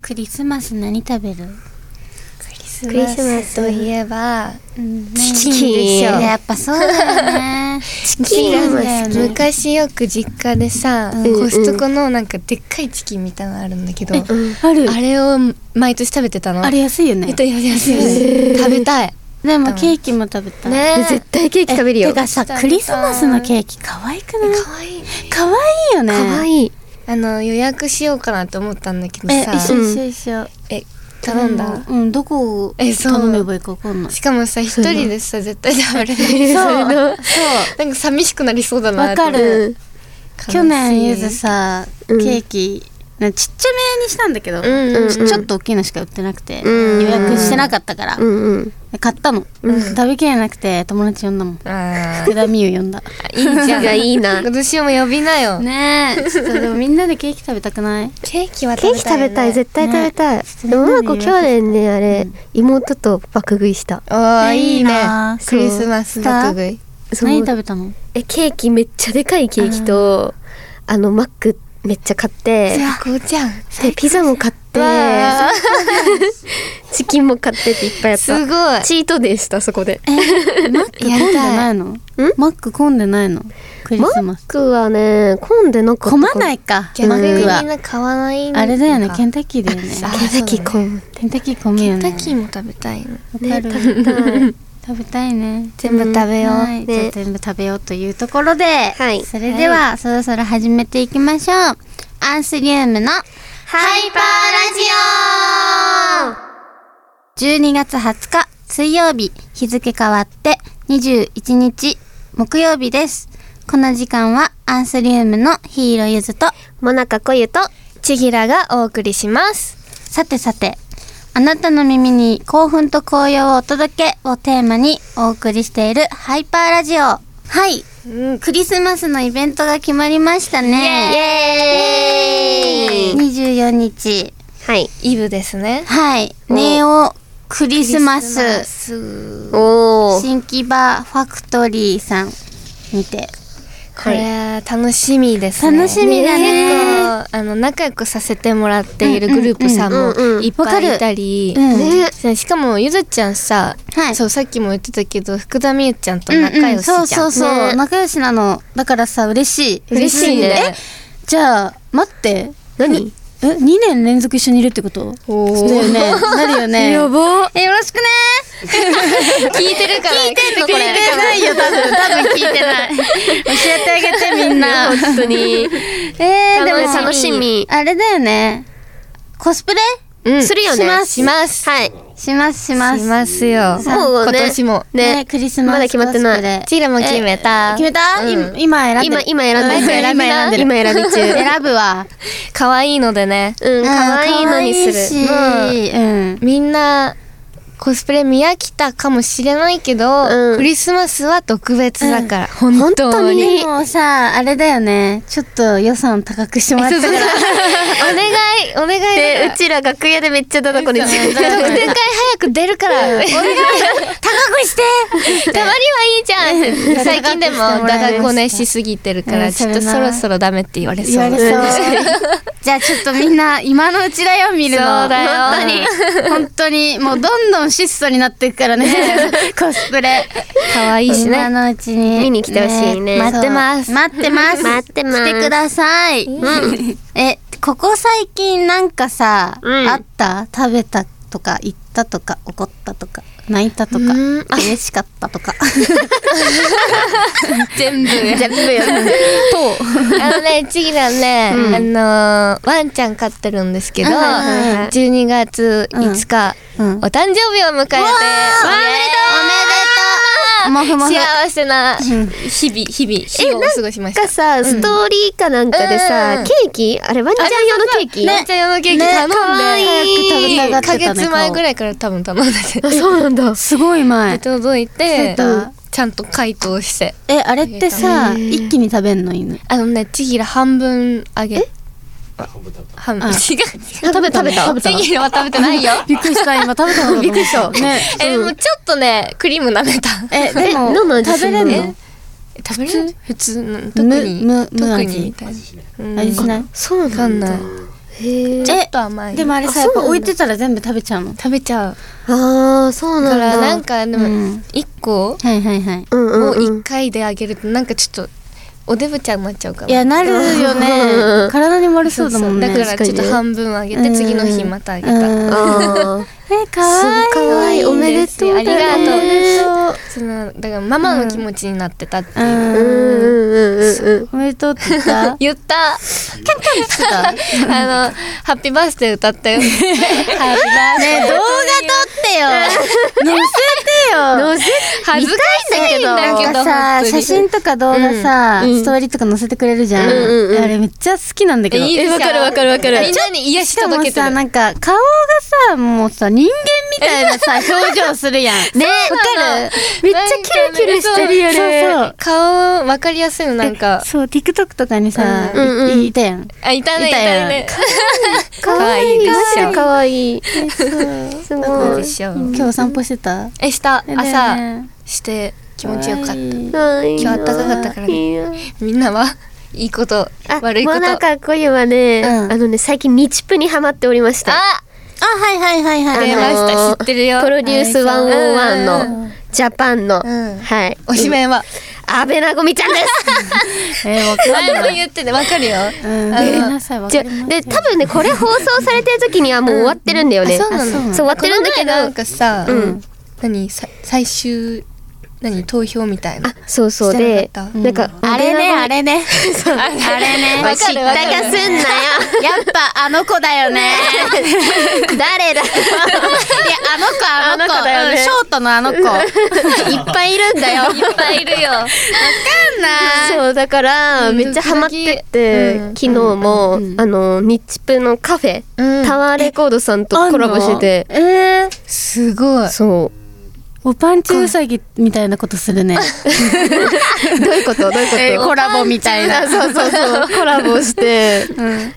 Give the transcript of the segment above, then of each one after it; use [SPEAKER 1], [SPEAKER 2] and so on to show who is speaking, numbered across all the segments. [SPEAKER 1] クリスマス何食べる
[SPEAKER 2] クリ
[SPEAKER 3] クリスマスとい
[SPEAKER 2] え
[SPEAKER 3] えば
[SPEAKER 1] チ
[SPEAKER 3] キンでしょ
[SPEAKER 1] やっぱそうだよねチ
[SPEAKER 3] キン
[SPEAKER 1] だよね
[SPEAKER 3] 昔よく実家でさ、
[SPEAKER 2] んうん
[SPEAKER 3] コストコのなんかでっかいチキンみたいなのあるんだけど、
[SPEAKER 1] ある
[SPEAKER 3] あれを毎年食べてたの
[SPEAKER 1] あれ安いよね
[SPEAKER 3] えっと安い安い食べたい
[SPEAKER 1] でもケーキも食べたい
[SPEAKER 3] ね
[SPEAKER 2] 絶対ケーキ食べるよ
[SPEAKER 1] てかさクリスマスのケーキ可愛くない
[SPEAKER 3] 可愛い
[SPEAKER 1] 可愛いよね
[SPEAKER 2] 可
[SPEAKER 1] い
[SPEAKER 2] 愛い
[SPEAKER 3] あの予約しようかなと思ったんだけど
[SPEAKER 1] え
[SPEAKER 3] さ
[SPEAKER 1] 一緒一緒一緒
[SPEAKER 3] え頼んだ
[SPEAKER 1] うんどこを
[SPEAKER 3] えそう
[SPEAKER 1] 頼めばいいか分かんない
[SPEAKER 3] しかもさ一人でさ絶対食べれない
[SPEAKER 1] そう
[SPEAKER 3] なんか寂しくなりそうだな
[SPEAKER 1] わかる
[SPEAKER 2] うん
[SPEAKER 1] 去年ゆずさケ
[SPEAKER 2] うん
[SPEAKER 1] ーキなちっちゃめにしたんだけど
[SPEAKER 3] うんうんうん
[SPEAKER 1] ちちょっと大きいのしか売ってなくて
[SPEAKER 2] うん
[SPEAKER 1] 予約してなかったから
[SPEAKER 2] うんうん
[SPEAKER 1] で買ったの食べきれなくて友達呼んだもん
[SPEAKER 3] あ
[SPEAKER 1] 福田美優呼んだ
[SPEAKER 3] ーいいじゃん
[SPEAKER 2] いやいいな
[SPEAKER 3] 今年も呼びなよ、
[SPEAKER 1] ねえちょっとでもみんなでケーキ食べたくない
[SPEAKER 3] ケーキは
[SPEAKER 2] ケーキ食べたい
[SPEAKER 3] 絶
[SPEAKER 2] 絶対食べたいでもママ子去年ねあれ妹と爆食いした
[SPEAKER 3] 対おーいいね
[SPEAKER 1] いいな
[SPEAKER 3] クリスマス爆食い
[SPEAKER 2] そう
[SPEAKER 1] 何食べたの
[SPEAKER 2] えケーキめっちゃでかいケーキとあのマックめっちゃ買って
[SPEAKER 3] 最高じゃん
[SPEAKER 2] でピザも買って
[SPEAKER 3] わあ
[SPEAKER 2] チキンも買ってっていっぱいやっ
[SPEAKER 3] す
[SPEAKER 2] た
[SPEAKER 3] ごい
[SPEAKER 2] チートデーしたそこで
[SPEAKER 1] えマック混んでないのマック混んでないのクリ
[SPEAKER 2] マ
[SPEAKER 1] スマ
[SPEAKER 2] ッ
[SPEAKER 1] ス
[SPEAKER 2] クはね混んでなかった
[SPEAKER 1] 混まないいかマ
[SPEAKER 3] 逆
[SPEAKER 1] ッ
[SPEAKER 3] にみ
[SPEAKER 1] ク
[SPEAKER 3] ん
[SPEAKER 1] は
[SPEAKER 3] な買わない
[SPEAKER 1] あれだよねケ
[SPEAKER 3] ケン
[SPEAKER 1] ンタッキーだよね
[SPEAKER 3] あ
[SPEAKER 2] ケンタッキー混む
[SPEAKER 1] ケンタッキー混む
[SPEAKER 3] ケ
[SPEAKER 1] よ
[SPEAKER 3] ン
[SPEAKER 1] ね
[SPEAKER 3] タッキーも食べたいの
[SPEAKER 1] わかる
[SPEAKER 2] ね食
[SPEAKER 1] 食べ
[SPEAKER 2] べたい
[SPEAKER 1] たいね
[SPEAKER 3] 全部食べよう、
[SPEAKER 1] はい、じゃあ
[SPEAKER 2] ね
[SPEAKER 1] 全部食べようというところで、
[SPEAKER 2] はい
[SPEAKER 1] それでは、そろそろ始めていきましょうアンスリウムのハイパーラジオ12月20日水曜日日付変わって21日木曜日ですこの時間はアンスリウムのヒーローゆずと
[SPEAKER 2] もなかこゆと
[SPEAKER 3] ちぎらがお送りします
[SPEAKER 1] さてさて、あなたの耳に興奮と紅葉をお届けをテーマにお送りしているハイパーラジオ。はい。
[SPEAKER 3] うん
[SPEAKER 1] クリスマスのイベントが決まりましたね。
[SPEAKER 2] エーイ
[SPEAKER 1] 24日。
[SPEAKER 2] はい
[SPEAKER 3] イブですね
[SPEAKER 1] はい。ネオクリスマス
[SPEAKER 3] ス
[SPEAKER 2] おー
[SPEAKER 1] 新木場ファクトリーさんにて。
[SPEAKER 3] これ楽しみですね
[SPEAKER 1] 楽しみだね
[SPEAKER 3] 結構あの仲良くさせてもらっているグループさんも
[SPEAKER 2] うんうんうんうん
[SPEAKER 3] いっぱいいたり
[SPEAKER 1] わかるうん
[SPEAKER 3] ねそうしかもゆずちゃんさ
[SPEAKER 1] はい
[SPEAKER 3] そうさっきも言ってたけど福田美優ちゃんと仲良しじ
[SPEAKER 1] うんうんそう
[SPEAKER 3] ゃ
[SPEAKER 1] そう
[SPEAKER 3] ん
[SPEAKER 1] そう、
[SPEAKER 2] ね
[SPEAKER 1] 仲良しなの。だからさ、嬉しい。
[SPEAKER 2] 嬉しいね
[SPEAKER 1] えじゃあ、待って。
[SPEAKER 2] 何
[SPEAKER 1] え、2年連続一緒にいるってこと
[SPEAKER 3] お
[SPEAKER 1] だよね。なるよね。
[SPEAKER 2] やば
[SPEAKER 1] え、よろしくね
[SPEAKER 3] 聞いてるから聞いて
[SPEAKER 1] 聞いてないよ、多分。多分聞いてない。教えてあげて、みん な。
[SPEAKER 2] 本当に
[SPEAKER 1] えー、でも
[SPEAKER 2] 楽しみ
[SPEAKER 1] あれだよね。コスプレ
[SPEAKER 3] うん
[SPEAKER 2] するよね
[SPEAKER 1] します
[SPEAKER 3] します
[SPEAKER 2] はい
[SPEAKER 1] します、します。
[SPEAKER 3] しますよ
[SPEAKER 1] さあ
[SPEAKER 2] もう
[SPEAKER 3] 今
[SPEAKER 2] ね
[SPEAKER 3] 年も
[SPEAKER 1] ね
[SPEAKER 2] ね
[SPEAKER 1] クリスマス
[SPEAKER 2] まだ決まってない
[SPEAKER 1] コスプレ
[SPEAKER 3] ちらも決めた
[SPEAKER 1] え決めた、
[SPEAKER 3] うん
[SPEAKER 1] 今選んで
[SPEAKER 2] 今
[SPEAKER 1] る。
[SPEAKER 2] 今選んでる
[SPEAKER 1] 今選んでる。
[SPEAKER 2] 今選び中
[SPEAKER 1] 選ぶわ。
[SPEAKER 3] 可愛いのでね
[SPEAKER 2] うん可愛いのにす
[SPEAKER 1] う
[SPEAKER 2] る
[SPEAKER 1] ん可愛いしうん。
[SPEAKER 3] みんなコスプレ見飽きたかもしれないけど、
[SPEAKER 2] うん
[SPEAKER 3] クリスマスは特別だから、本
[SPEAKER 2] 本
[SPEAKER 3] 当
[SPEAKER 2] 当
[SPEAKER 3] に
[SPEAKER 2] に
[SPEAKER 1] でもさ、あれだよね。ちょっと予算高くしてもらったから。
[SPEAKER 3] お願いお願いだ
[SPEAKER 2] でうちら楽屋でめっちゃだだこねて
[SPEAKER 3] 特典会早く出るからたまに
[SPEAKER 1] 高くして
[SPEAKER 3] はいいじゃん最近でもだだこねしすぎてるから
[SPEAKER 1] うん
[SPEAKER 3] ちょっとそろそろダメって言われそう
[SPEAKER 1] 言われそう。 じゃあちょっとみんな今のうちだよ見るの。
[SPEAKER 3] そうだよ
[SPEAKER 1] 本当に。本当にもうどんどん質素になっていくから ね。コスプレ。
[SPEAKER 3] 可愛いし
[SPEAKER 1] 今
[SPEAKER 3] ね
[SPEAKER 1] のうちに。
[SPEAKER 2] 見に来てほしいね
[SPEAKER 1] 待ってます。待ってます。
[SPEAKER 2] 待ってま
[SPEAKER 1] 来
[SPEAKER 2] す
[SPEAKER 1] てください。え、ここ最近なんかさ、
[SPEAKER 2] うん
[SPEAKER 1] あった食べたとか言ったとか怒ったとか泣いたとか
[SPEAKER 3] うん
[SPEAKER 1] 嬉しかった とか。
[SPEAKER 3] 全部
[SPEAKER 1] 全部よ。
[SPEAKER 3] あのね、ちぎらね、あのーワンちゃん飼ってるんですけど、
[SPEAKER 1] うんはい
[SPEAKER 2] はい
[SPEAKER 3] 12月5日、
[SPEAKER 1] うんうん
[SPEAKER 3] お誕生日を迎えて、
[SPEAKER 1] おめでとうもふもふ。
[SPEAKER 3] 幸せな日
[SPEAKER 1] うん
[SPEAKER 3] 々、日々、日を過ごしました
[SPEAKER 2] なんか。さ、ストーリーかなんかで
[SPEAKER 3] う
[SPEAKER 2] さ、
[SPEAKER 3] ん
[SPEAKER 2] ケーキあれワンちゃん用のケーキ
[SPEAKER 3] ワンちゃん用のケーキ頼んで、
[SPEAKER 1] ね可愛い
[SPEAKER 3] 1ヶ月前ぐらいから多分頼んでて。
[SPEAKER 2] あそうなんだ。
[SPEAKER 1] すごい前
[SPEAKER 3] で。届い
[SPEAKER 1] 届
[SPEAKER 3] て
[SPEAKER 1] いた、
[SPEAKER 3] ちゃんと解凍して。
[SPEAKER 1] え、あれってさ、
[SPEAKER 2] えー
[SPEAKER 1] 一気に食べんの犬。
[SPEAKER 3] あのね、ちぎら半分あげ。半分
[SPEAKER 1] あ
[SPEAKER 3] 違う。
[SPEAKER 2] 食べた食べた
[SPEAKER 1] 食べた
[SPEAKER 3] ちぎらは食べてな いよ。
[SPEAKER 1] びっくりした、今食べたのびっくりした。 ね。
[SPEAKER 3] え、でもちょっとね、クリーム舐めた。
[SPEAKER 1] え、でも、
[SPEAKER 2] え何の味
[SPEAKER 1] 食べれん
[SPEAKER 2] すん
[SPEAKER 1] の
[SPEAKER 2] の
[SPEAKER 3] 食べれる普通の特
[SPEAKER 1] む
[SPEAKER 3] に
[SPEAKER 1] む無
[SPEAKER 3] 特
[SPEAKER 1] 味
[SPEAKER 3] にみたいなうん
[SPEAKER 1] 味しない
[SPEAKER 2] そう
[SPEAKER 3] わか
[SPEAKER 2] なんんだ。
[SPEAKER 3] ない
[SPEAKER 2] へえ
[SPEAKER 3] ちょっと甘い
[SPEAKER 1] でもあれさ
[SPEAKER 2] あ
[SPEAKER 1] やっぱ
[SPEAKER 2] そうなんだ
[SPEAKER 1] 置いてたら全部食べちゃうの
[SPEAKER 3] 食べちゃう
[SPEAKER 2] ああそう
[SPEAKER 3] だか
[SPEAKER 2] なんだ
[SPEAKER 3] らなんかで
[SPEAKER 1] う
[SPEAKER 3] も
[SPEAKER 1] ん
[SPEAKER 3] 一個
[SPEAKER 1] はいはいはい
[SPEAKER 2] うんうん
[SPEAKER 3] を
[SPEAKER 2] うん
[SPEAKER 3] 一回であげるとなんかちょっとおデブちゃんになっちゃうかも
[SPEAKER 1] いやなるよ ね体に悪そうだもんね
[SPEAKER 3] だからちょっと半分あげて次の日またあげた
[SPEAKER 1] うん
[SPEAKER 2] あ
[SPEAKER 1] えかわいい
[SPEAKER 2] かわいいおめでとうだね
[SPEAKER 3] ありがとう
[SPEAKER 1] おめでとう
[SPEAKER 3] そのだからママの気持ちになってたって
[SPEAKER 1] う
[SPEAKER 2] あうんうん
[SPEAKER 1] ん
[SPEAKER 2] うんうんうん
[SPEAKER 1] おめでとうって言った
[SPEAKER 3] 言った
[SPEAKER 1] たね
[SPEAKER 3] あの、ハッピーバースデー歌った よ。ハッピーバースデー。
[SPEAKER 1] 動画撮ってよ載せてよ
[SPEAKER 2] 乗せ
[SPEAKER 3] 恥ずかしいんだけど。
[SPEAKER 1] なんかさ写真とか動画さ、ストーリーとか載せてくれるじゃん、
[SPEAKER 2] うんうんうん
[SPEAKER 1] あれめっちゃ好きなんだけど
[SPEAKER 3] いいです
[SPEAKER 2] わかるわかるわかる
[SPEAKER 3] みんなに癒し
[SPEAKER 1] しかも
[SPEAKER 3] 届けて
[SPEAKER 1] さ
[SPEAKER 3] る。
[SPEAKER 1] なんか顔がさもうさ人間みたいなさ表情するやんねわかるめっちゃキラキラしてるよね
[SPEAKER 3] そうそう顔、わかりやすいの、なんか。
[SPEAKER 1] そう TikTok とかにさ、
[SPEAKER 2] うんうんうん
[SPEAKER 1] いいたやん
[SPEAKER 3] あ、いたね、
[SPEAKER 1] い
[SPEAKER 3] い
[SPEAKER 1] た
[SPEAKER 3] た
[SPEAKER 1] よ
[SPEAKER 3] ね。
[SPEAKER 2] かわ
[SPEAKER 3] 可
[SPEAKER 2] い
[SPEAKER 3] 愛い
[SPEAKER 2] い
[SPEAKER 3] でしょ
[SPEAKER 2] マジでかわいいす
[SPEAKER 3] そう
[SPEAKER 2] ごい
[SPEAKER 3] でしょ。
[SPEAKER 1] 今日お散歩してた
[SPEAKER 3] え、した、朝
[SPEAKER 1] だ、よね
[SPEAKER 3] して、気持ちよかった。
[SPEAKER 1] た
[SPEAKER 2] 今
[SPEAKER 3] 日暖かかったからねみんなは、いいこと、悪いこ
[SPEAKER 2] もう
[SPEAKER 3] と。
[SPEAKER 2] なんか今夜はね、
[SPEAKER 1] うん
[SPEAKER 2] あのね最近ニチプにハマっておりまして
[SPEAKER 3] あ、
[SPEAKER 1] あはいはいはいは
[SPEAKER 3] 出
[SPEAKER 1] い
[SPEAKER 2] あ
[SPEAKER 3] ま
[SPEAKER 2] の
[SPEAKER 3] した、知ってるよ。
[SPEAKER 2] プロデュース101
[SPEAKER 3] う
[SPEAKER 2] のジャパンの、
[SPEAKER 3] うん
[SPEAKER 2] はい
[SPEAKER 3] おしめは。
[SPEAKER 2] 阿部なごみちゃんで す
[SPEAKER 1] えー、わかん
[SPEAKER 3] 何
[SPEAKER 1] な
[SPEAKER 3] も
[SPEAKER 1] い、
[SPEAKER 3] 言ってね、わかるよ。
[SPEAKER 1] うん、ご
[SPEAKER 3] あの
[SPEAKER 1] めんなさいわ
[SPEAKER 2] じ
[SPEAKER 1] か
[SPEAKER 2] ゃ
[SPEAKER 1] ります
[SPEAKER 2] で多分ねこれ放送されてる時にはもう終わってるんだよね、
[SPEAKER 3] あそうな
[SPEAKER 1] あそうな
[SPEAKER 3] の
[SPEAKER 1] の
[SPEAKER 2] そう終わってるんだ
[SPEAKER 3] こ
[SPEAKER 2] けど
[SPEAKER 3] の前なんかさ、
[SPEAKER 2] うん
[SPEAKER 3] 何さ最終何投票みたいな
[SPEAKER 2] あそうそうで
[SPEAKER 3] してなかった
[SPEAKER 2] なんか、
[SPEAKER 1] あれねあれね
[SPEAKER 3] あ
[SPEAKER 1] あれね
[SPEAKER 3] わかるわ
[SPEAKER 2] だ
[SPEAKER 3] か
[SPEAKER 2] か
[SPEAKER 3] る
[SPEAKER 2] すんなよ
[SPEAKER 1] やっぱあの子だよね
[SPEAKER 2] 誰だ
[SPEAKER 1] いやあの子あの子
[SPEAKER 2] あの子だよ
[SPEAKER 1] う
[SPEAKER 2] ね
[SPEAKER 1] んショートのあの子いっぱいいるんだよわかん
[SPEAKER 3] いっぱいいるよ
[SPEAKER 1] ない
[SPEAKER 2] そうだからめっちゃハマってて、
[SPEAKER 3] うん
[SPEAKER 2] 昨日も、あのニチプのカフェ、
[SPEAKER 3] うん
[SPEAKER 2] タワーレコードさんとコラボしてて
[SPEAKER 1] あんのえー、
[SPEAKER 3] すごい
[SPEAKER 2] そ
[SPEAKER 1] おパンチウサギみたいなことするね、
[SPEAKER 2] うどういうことどういうこと、
[SPEAKER 1] えーコラボみたいな
[SPEAKER 2] あそうそうそう コラボして、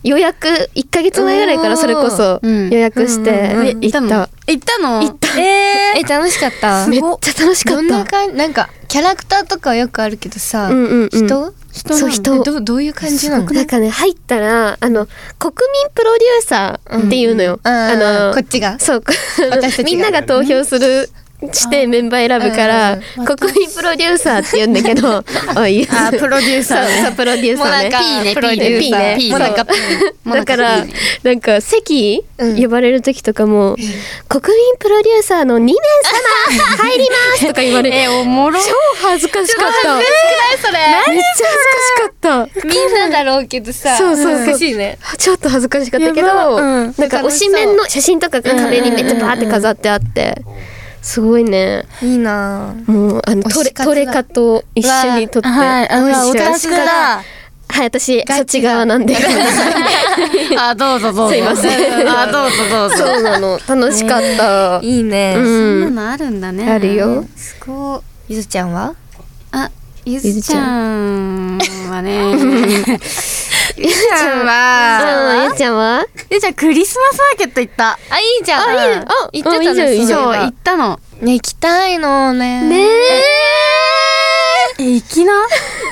[SPEAKER 2] 予約1か月前ぐらいからそれこそ
[SPEAKER 1] うん
[SPEAKER 2] 予約して、で行っ
[SPEAKER 1] の
[SPEAKER 2] た
[SPEAKER 1] 行ったの行ったえ
[SPEAKER 3] え楽しかった
[SPEAKER 2] めっちゃ楽しか
[SPEAKER 3] どんな
[SPEAKER 2] っ
[SPEAKER 3] 感じなんかキャラクターとかはよくあるけどさ、
[SPEAKER 2] たうんうんうん
[SPEAKER 3] 人人
[SPEAKER 2] なのそう
[SPEAKER 3] え
[SPEAKER 2] 人
[SPEAKER 3] どうどういう感じなの
[SPEAKER 2] なんかね入ったらあの国民プロデューサーっていうのよ、あの
[SPEAKER 3] こっちが
[SPEAKER 2] そうこ
[SPEAKER 3] 私たちが
[SPEAKER 2] みんなが投票するしてメンバー選ぶから、
[SPEAKER 1] うん
[SPEAKER 2] 国民プロデューサーって言うんだけど おい
[SPEAKER 1] あプロデューサーね
[SPEAKER 2] そうそうプロデューサ
[SPEAKER 3] もう
[SPEAKER 2] ー
[SPEAKER 3] な
[SPEAKER 2] ね
[SPEAKER 3] んか
[SPEAKER 1] P ね
[SPEAKER 3] プロデューサー
[SPEAKER 1] P ね
[SPEAKER 3] もうなんか P
[SPEAKER 1] もうな
[SPEAKER 2] だ
[SPEAKER 1] んか
[SPEAKER 2] から
[SPEAKER 1] いいね
[SPEAKER 2] なんか席
[SPEAKER 3] うん
[SPEAKER 2] 呼ばれる時とかも「国民プロデューサーの2名様入ります」とか言われて
[SPEAKER 1] えおもろ
[SPEAKER 2] 超恥ずかしかっためっ
[SPEAKER 3] 少ない
[SPEAKER 2] ちゃ恥ずかしかっ
[SPEAKER 3] それみんなだろうけどさ
[SPEAKER 2] そうそうそう
[SPEAKER 3] 難しいね
[SPEAKER 2] たちょっと恥ずかしかったけど
[SPEAKER 1] やばうん
[SPEAKER 2] なんか推しメンの写真とかが壁にめっちゃバーって飾ってあってすごいね
[SPEAKER 3] いいな
[SPEAKER 2] もうあのト
[SPEAKER 3] 推
[SPEAKER 2] レ
[SPEAKER 3] し活だ
[SPEAKER 2] トレカと一緒に撮って
[SPEAKER 1] はいあ
[SPEAKER 2] 美味し
[SPEAKER 1] お
[SPEAKER 2] い
[SPEAKER 1] かしくだ
[SPEAKER 2] はい私そっち側なんで
[SPEAKER 1] あどうぞどうぞ
[SPEAKER 2] すいません
[SPEAKER 1] あどうぞどうぞ
[SPEAKER 2] そうなの楽しか った
[SPEAKER 3] いいね、
[SPEAKER 1] そ
[SPEAKER 2] う
[SPEAKER 1] んなんのあるんだね
[SPEAKER 2] あるよ
[SPEAKER 1] すごい
[SPEAKER 3] ゆずちゃんは
[SPEAKER 1] あゆずちゃんはねゆずちゃん
[SPEAKER 2] うん
[SPEAKER 1] は
[SPEAKER 2] ゆうちゃんは
[SPEAKER 1] ゆずちゃんクリスマスマーケット行った
[SPEAKER 3] あ、いいじゃん。
[SPEAKER 2] あいいねあ
[SPEAKER 3] 行ってた
[SPEAKER 2] あいい
[SPEAKER 3] ね。
[SPEAKER 2] じゃんいいじ
[SPEAKER 1] そ
[SPEAKER 2] ゃん
[SPEAKER 1] う行ったの
[SPEAKER 3] ね、行きたいのね。
[SPEAKER 2] ねえ
[SPEAKER 1] え行きな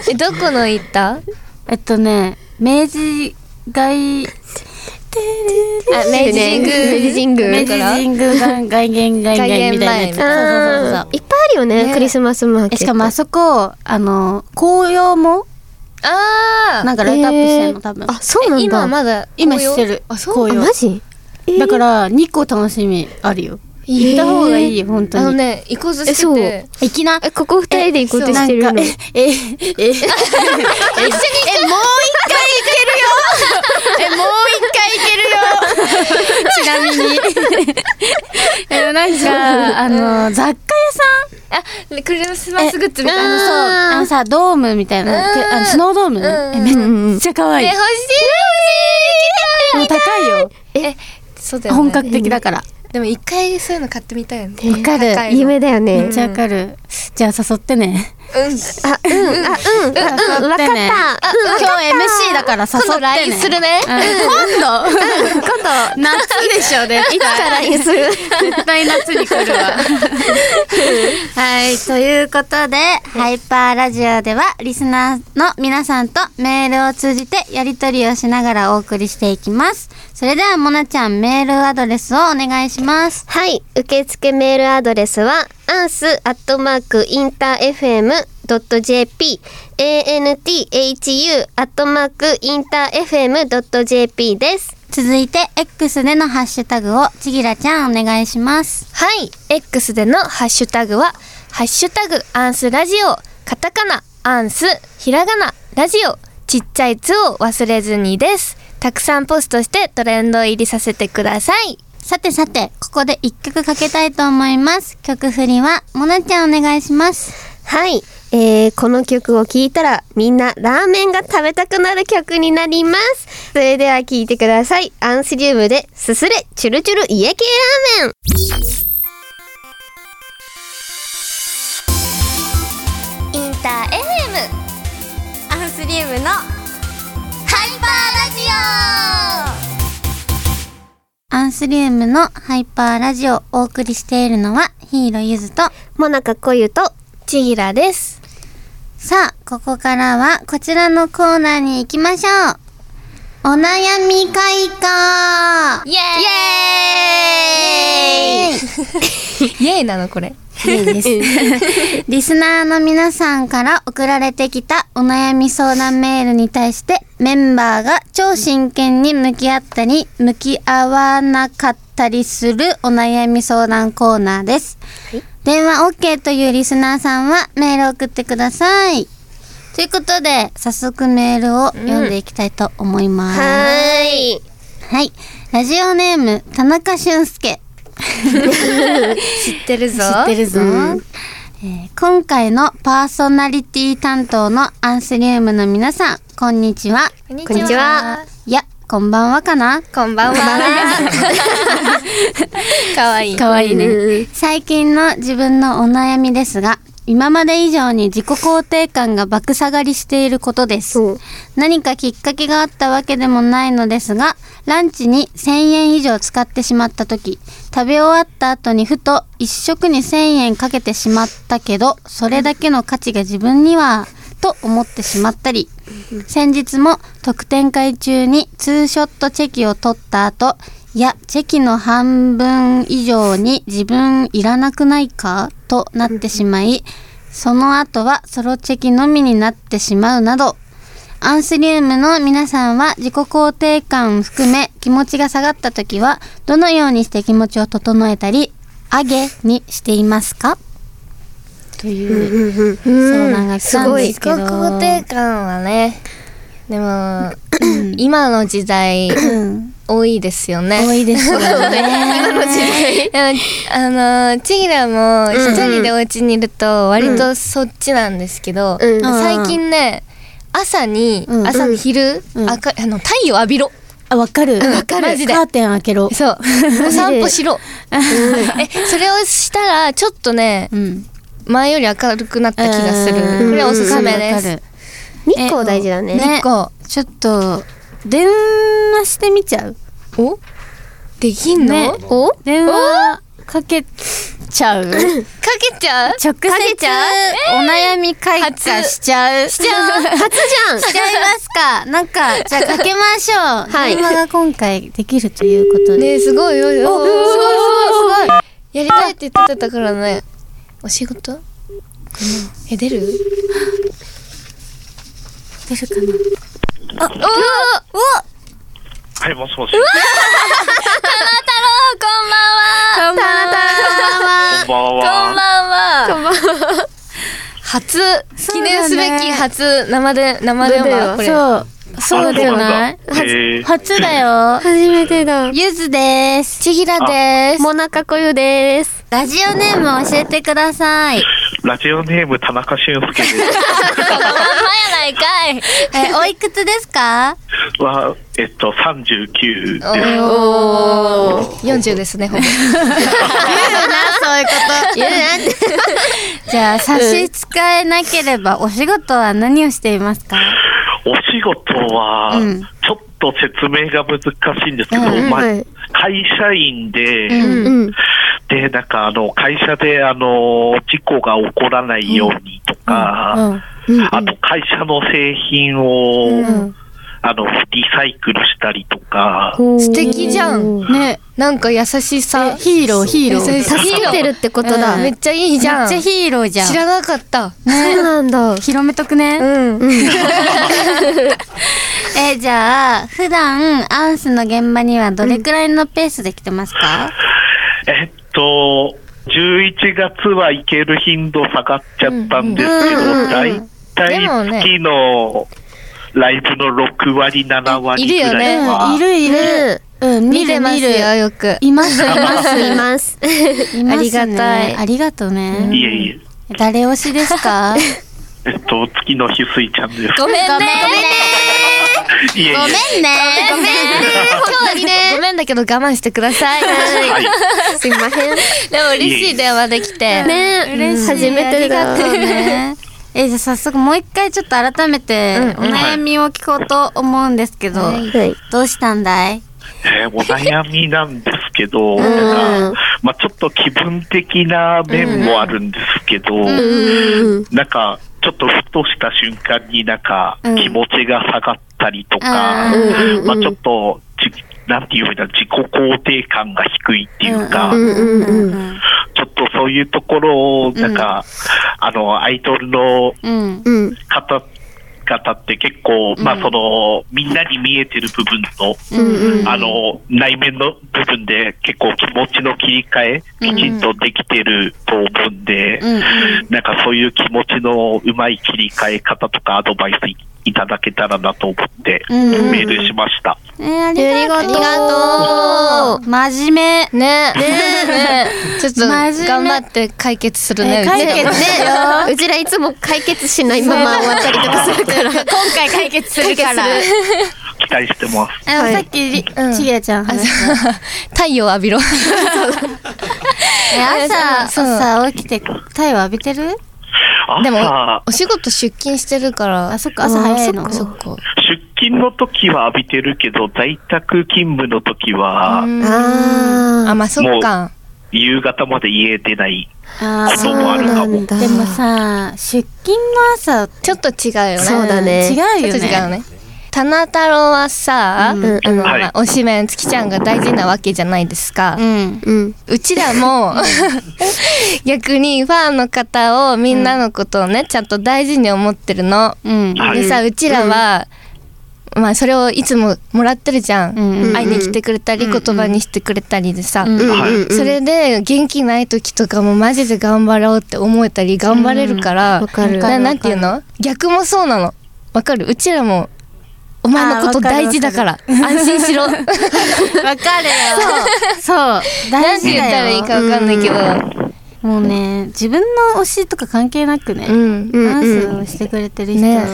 [SPEAKER 3] え、どこの行ったあ、
[SPEAKER 1] えっとね明治街
[SPEAKER 3] 明治神宮。
[SPEAKER 2] 明
[SPEAKER 1] 明治
[SPEAKER 3] だ
[SPEAKER 2] 治神宮
[SPEAKER 3] から
[SPEAKER 1] 神宮外外苑外苑みたいなやつそうそうそうそう
[SPEAKER 2] いっぱいあるよねクリスマスマーケット
[SPEAKER 1] えしかもあそこあの紅葉も
[SPEAKER 3] あ
[SPEAKER 1] なん
[SPEAKER 3] ー
[SPEAKER 1] かライトアップしてんの多分
[SPEAKER 2] あそうなんだ
[SPEAKER 3] え今まだ
[SPEAKER 1] 今
[SPEAKER 3] 紅
[SPEAKER 1] し
[SPEAKER 3] 葉
[SPEAKER 1] てる
[SPEAKER 3] あ、そう
[SPEAKER 1] 紅
[SPEAKER 2] あ
[SPEAKER 1] 葉
[SPEAKER 2] マジ
[SPEAKER 1] だから2個楽しみあるよ行った方がいいよ本
[SPEAKER 3] あ
[SPEAKER 1] 当
[SPEAKER 3] の
[SPEAKER 1] に
[SPEAKER 3] ね、行こうとし
[SPEAKER 2] えそ
[SPEAKER 3] て
[SPEAKER 2] う
[SPEAKER 3] て。
[SPEAKER 1] 行きな
[SPEAKER 2] えここ二人で行こうとしてる
[SPEAKER 1] なんか
[SPEAKER 2] の
[SPEAKER 1] ええええ一緒にえもう一回行けるよえもう一回行けるよちなみにえなんかあの雑貨屋さん
[SPEAKER 3] あ、ねクリスマスグッズみ
[SPEAKER 1] あ
[SPEAKER 3] たい
[SPEAKER 1] の
[SPEAKER 3] な。
[SPEAKER 1] そうあのさドームみたいな
[SPEAKER 3] うん
[SPEAKER 1] けあのスノードームえめ
[SPEAKER 2] うん
[SPEAKER 1] っちゃ可愛い
[SPEAKER 3] え、
[SPEAKER 1] で
[SPEAKER 3] 欲しい
[SPEAKER 1] も高いよ
[SPEAKER 3] 欲しいえ、そうだよね。
[SPEAKER 1] 本格的だからわ
[SPEAKER 3] でも一回そういうの買ってみたいよね。
[SPEAKER 1] か
[SPEAKER 3] 高
[SPEAKER 1] る
[SPEAKER 3] い
[SPEAKER 2] 夢だよ
[SPEAKER 1] めっ
[SPEAKER 2] ね
[SPEAKER 1] ちゃわかるじゃあ誘ってね
[SPEAKER 3] うん。
[SPEAKER 2] あうんあうんあうんわかった
[SPEAKER 1] 今日 MC だから誘
[SPEAKER 3] 今度
[SPEAKER 1] って
[SPEAKER 3] LINE
[SPEAKER 1] ね
[SPEAKER 3] するね。
[SPEAKER 1] うん今度今度 夏でしょね
[SPEAKER 2] いつから する
[SPEAKER 1] 絶対夏に来るわ。はい、ということで、ハイパーラジオでは、リスナーの皆さんとメールを通じてやりとりをしながらお送りしていきます。それでは、もなちゃん、メールアドレスをお願いします。
[SPEAKER 2] はい。受付メールアドレスは、アンスアットマークインター FM.jp、anthu アットマークインター FM.jp です。
[SPEAKER 1] 続いて、X でのハッシュタグを、ちぎらちゃん、お願いします。
[SPEAKER 3] はい。X でのハッシュタグは、ハッシュタグアンスラジオ、カタカナ、アンス、ひらがな、ラジオ、ちっちゃいつを忘れずにです。たくさんポストしてトレンド入りさせてください。
[SPEAKER 1] さてさて、ここで一曲かけたいと思います。曲振りは、もなちゃん、お願いします。
[SPEAKER 2] はい。えー、この曲を聴いたら、みんなラーメンが食べたくなる曲になります。それでは聴いてください。アンスリウムで、すすれ、チュルチュル家系ラーメン。
[SPEAKER 3] インター FM アンスリウムのハイパーラジ
[SPEAKER 1] アンスリウムのハイパーラジオをお送りしているのは、ヒーローゆずと、
[SPEAKER 2] もなかこゆと、
[SPEAKER 3] オちぎらです
[SPEAKER 1] さあ、ここからはこちらのコーナーに行きましょう。お悩み会か
[SPEAKER 3] イエーイイエーイなのこれ
[SPEAKER 1] リスナーの皆さんから送られてきたお悩み相談メールに対してメンバーが超真剣に向き合ったり向き合わなかったりするお悩み相談コーナーです。電話 OK というリスナーさんはメールを送ってください。ということで早速メールを読んでいきたいと思います。
[SPEAKER 2] はーい。
[SPEAKER 1] はい。ラジオネーム、田中俊介。
[SPEAKER 3] 知ってるぞ
[SPEAKER 1] るぞ。えー今回のパーソナリティ担当のアンスリウムの皆さん、こんにちは。
[SPEAKER 3] こんに
[SPEAKER 2] こんにちはい
[SPEAKER 1] や、こんばんはかな
[SPEAKER 3] こんば んはかわいい
[SPEAKER 1] わいい
[SPEAKER 2] うん。
[SPEAKER 1] 最近の自分のお悩みですが、今まで以上に自己肯定感が爆下がりしていることです。
[SPEAKER 2] そう。
[SPEAKER 1] 何かきっかけがあったわけでもないのですが、ランチに1000円以上使ってしまった時、食べ終わった後にふと一食に1000円かけてしまったけど、それだけの価値が自分には、と思ってしまったり、先日も特典会中にツーショットチェキを取った後、いや、チェキの半分以上に自分いらなくないかとなってしまい、その後はソロチェキのみになってしまうなど、アンスリウムの皆さんは自己肯定感含め気持ちが下がった時はどのようにして気持ちを整えたり上げにしていますかという相談が来たんです
[SPEAKER 3] 自己
[SPEAKER 1] けど、
[SPEAKER 3] 肯定感はねで も今の時代多いですよね
[SPEAKER 1] 多いですよね
[SPEAKER 3] でもあのちぎらも一人でお家にいると割とそっちなんですけど、
[SPEAKER 2] うん
[SPEAKER 3] 最近ね朝に、
[SPEAKER 1] うん
[SPEAKER 3] 朝の昼、
[SPEAKER 1] ん
[SPEAKER 3] 明かあの太陽浴びろ
[SPEAKER 1] あわかるわ
[SPEAKER 3] かる
[SPEAKER 1] マジでカーテン開け ろ
[SPEAKER 3] そうお散歩しろえそれをしたらちょっとね
[SPEAKER 1] うん
[SPEAKER 3] 前より明るくなった気がするこれはおすすめで
[SPEAKER 1] わ
[SPEAKER 3] す
[SPEAKER 1] かる
[SPEAKER 2] 日光大事だね。
[SPEAKER 1] ねちょっと電話してみちゃう
[SPEAKER 3] おできんの、
[SPEAKER 1] ね
[SPEAKER 3] おか
[SPEAKER 1] 電話かけちゃう
[SPEAKER 3] けちゃう
[SPEAKER 1] 直接お悩み解決しちゃう。しちゃう。し
[SPEAKER 2] 初じ
[SPEAKER 1] ちゃいますか。 なんか、じゃあかけましょう。
[SPEAKER 2] い
[SPEAKER 1] 電話が今回できるということで。
[SPEAKER 3] ねすごいよよすごいすごいすごいやりたいって言ってたからねお仕事え出る
[SPEAKER 1] 出るかな。
[SPEAKER 3] おおー
[SPEAKER 4] はい、もしもし。
[SPEAKER 3] こんばん
[SPEAKER 4] こんばん
[SPEAKER 3] はこん
[SPEAKER 4] は。
[SPEAKER 3] ばんはこんばんは初記念すべき初生で生電話これ
[SPEAKER 1] そう。そうじゃない
[SPEAKER 4] あそうなんだへー
[SPEAKER 1] 初初だよ
[SPEAKER 2] ゃん。。初めてだ。
[SPEAKER 1] ゆずです。
[SPEAKER 3] ちぎらです
[SPEAKER 2] もなかこゆ です。
[SPEAKER 1] ラジオネーム教えてください。
[SPEAKER 4] ラジオネーム田中俊 介です。
[SPEAKER 3] やないかい
[SPEAKER 1] え、おいくつですか
[SPEAKER 4] は、えっと、三十九です。
[SPEAKER 3] おお四十ですねほぼ
[SPEAKER 1] 言うな、そういうこと。言う なじゃあ、差し支えなければ、お仕事は何をしていますか
[SPEAKER 4] お仕事は、
[SPEAKER 1] うん
[SPEAKER 4] ちょっと説明が難しいんですけど、
[SPEAKER 1] うん
[SPEAKER 4] まあ
[SPEAKER 2] はい
[SPEAKER 4] 会社員で、
[SPEAKER 1] うん
[SPEAKER 2] うん。
[SPEAKER 4] で、なんかあの、会社であの、事故が起こらないようにとか、
[SPEAKER 1] うん。
[SPEAKER 4] あと会社の製品を、あの、リサイクルしたりとか、
[SPEAKER 3] 素敵じゃん
[SPEAKER 1] ね
[SPEAKER 3] なんか優しさ
[SPEAKER 1] ヒーローヒーロー
[SPEAKER 3] 優しい
[SPEAKER 2] 助けてるってことだ、
[SPEAKER 1] うん
[SPEAKER 3] めっちゃいいじ
[SPEAKER 1] め
[SPEAKER 3] ゃん
[SPEAKER 1] っちゃヒーローじゃん
[SPEAKER 3] 知らなかった
[SPEAKER 2] そうなんだ
[SPEAKER 1] 広めとくね、
[SPEAKER 3] うん
[SPEAKER 1] えーじゃあ普段アンスの現場にはどれくらいのペースで来てますか、
[SPEAKER 4] えっと、11月は行ける頻度下がっちゃったんですけど、
[SPEAKER 1] うんうんうん
[SPEAKER 4] だいた
[SPEAKER 3] で
[SPEAKER 4] い
[SPEAKER 3] もね
[SPEAKER 4] 月のライブの6割、7割
[SPEAKER 3] いる
[SPEAKER 4] ぐ
[SPEAKER 3] よ
[SPEAKER 4] ら
[SPEAKER 3] ね
[SPEAKER 4] いは。
[SPEAKER 1] うんいるいる、
[SPEAKER 2] ね
[SPEAKER 1] うん見
[SPEAKER 3] 見
[SPEAKER 1] る
[SPEAKER 3] てます
[SPEAKER 1] 見
[SPEAKER 3] よ
[SPEAKER 1] る
[SPEAKER 3] よく
[SPEAKER 1] いますいます
[SPEAKER 2] います
[SPEAKER 1] いますね
[SPEAKER 3] ありがたい
[SPEAKER 1] ありがとうね、
[SPEAKER 4] いえいえ。
[SPEAKER 1] 誰推しですか
[SPEAKER 4] えっと、月の翡翠ちゃんです。
[SPEAKER 3] ごめんね
[SPEAKER 1] ごめんね
[SPEAKER 4] いえいえ。
[SPEAKER 1] んねごめん
[SPEAKER 3] 今日ねごめんだけど我慢してください
[SPEAKER 4] はい。
[SPEAKER 2] すいません
[SPEAKER 3] でも嬉しい電話できて
[SPEAKER 2] ね
[SPEAKER 1] 嬉しい
[SPEAKER 2] 初めてだ
[SPEAKER 1] ありがとうねえじゃあ早速もう一回ちょっと改めてお悩みを聞こうと思うんですけど、
[SPEAKER 2] はい
[SPEAKER 1] どうしたんだい
[SPEAKER 4] えーお悩みなんですけ ど、なんか、まあちょっと気分的な面もあるんですけど、
[SPEAKER 2] うん
[SPEAKER 4] なんか、ちょっとふとした瞬間になんか、
[SPEAKER 1] うん
[SPEAKER 4] 気持ちが下がったりとか、
[SPEAKER 1] あー
[SPEAKER 2] うんうんうん
[SPEAKER 4] まあちょっと、じなんていうふうな自己肯定感が低いっていうか、
[SPEAKER 2] うんうんうん
[SPEAKER 1] うん
[SPEAKER 4] ちょっとそういうところを、なんか、あの、アイドルの
[SPEAKER 1] うん
[SPEAKER 2] うん
[SPEAKER 4] 方々って結構、まあその、みんなに見えてる部分と、
[SPEAKER 2] うん
[SPEAKER 4] あの、内面の部分で結構気持ちの切り替え、きちんとできてると思うんで、
[SPEAKER 1] うん
[SPEAKER 4] なんかそういう気持ちのうまい切り替え方とかアドバイスいいただけたらなと思って、
[SPEAKER 1] うんうん
[SPEAKER 4] メールしました。
[SPEAKER 1] えーありが
[SPEAKER 2] あ
[SPEAKER 1] と
[SPEAKER 2] り
[SPEAKER 1] う
[SPEAKER 2] がとう
[SPEAKER 1] 真面目
[SPEAKER 3] ねねちょっと
[SPEAKER 1] 真面目
[SPEAKER 3] 頑張って解決するね
[SPEAKER 1] え解決
[SPEAKER 3] うちら
[SPEAKER 1] ね
[SPEAKER 2] うちらいつも解決しないまま終わったりとかするから
[SPEAKER 1] 今回解決するから
[SPEAKER 2] 解
[SPEAKER 4] 期待してます。
[SPEAKER 1] あのさっきり
[SPEAKER 3] うん
[SPEAKER 1] ちぎらちゃん話した
[SPEAKER 3] 太陽浴びろ
[SPEAKER 1] え朝
[SPEAKER 3] そう
[SPEAKER 1] 朝起きて太陽浴びてる
[SPEAKER 3] でも
[SPEAKER 4] 朝、
[SPEAKER 3] お仕事出勤してるから
[SPEAKER 1] あそっか朝早いの
[SPEAKER 3] そっか
[SPEAKER 4] 出勤の時は浴びてるけど、在宅勤務の時は、
[SPEAKER 3] あ
[SPEAKER 2] あ
[SPEAKER 3] まあそっか
[SPEAKER 4] 夕方まで家出ない。
[SPEAKER 1] あー
[SPEAKER 4] そうもあるかも
[SPEAKER 2] だ
[SPEAKER 1] でもさ出勤の朝
[SPEAKER 3] ちょっと違うよね
[SPEAKER 2] そうだね
[SPEAKER 1] 違うよね
[SPEAKER 3] ちょっと違うね棚太郎はさ、
[SPEAKER 2] ん
[SPEAKER 3] あの、
[SPEAKER 4] はい
[SPEAKER 3] まあ、おしめん月ちゃんが大事なわけじゃないですか、
[SPEAKER 1] うん
[SPEAKER 2] うん
[SPEAKER 3] うちらも逆にファンの方をみんなのことをね、ちゃんと大事に思ってるの。
[SPEAKER 1] うん
[SPEAKER 4] はい
[SPEAKER 3] でさうちらは、まあそれをいつももらってるじゃん、
[SPEAKER 1] うん
[SPEAKER 3] 会いに来てくれたり、言葉にしてくれたりでさ、
[SPEAKER 1] うん
[SPEAKER 4] はい。
[SPEAKER 3] それで元気ない時とかもマジで頑張ろうって思えたり頑張れるから、
[SPEAKER 2] わかる
[SPEAKER 3] ななんていうの逆もそうなのわかるうちらもお前のこと大事だから安心しろ なんて
[SPEAKER 1] わかるよ。そう。そう。大事
[SPEAKER 3] 言ったら
[SPEAKER 1] だ
[SPEAKER 3] いい
[SPEAKER 1] よ。
[SPEAKER 3] かわかんないけど、
[SPEAKER 1] もうね、自分の推しとか関係なくね、
[SPEAKER 3] うん
[SPEAKER 2] うん
[SPEAKER 1] ダンスをしてくれてる人、
[SPEAKER 3] ね
[SPEAKER 1] ね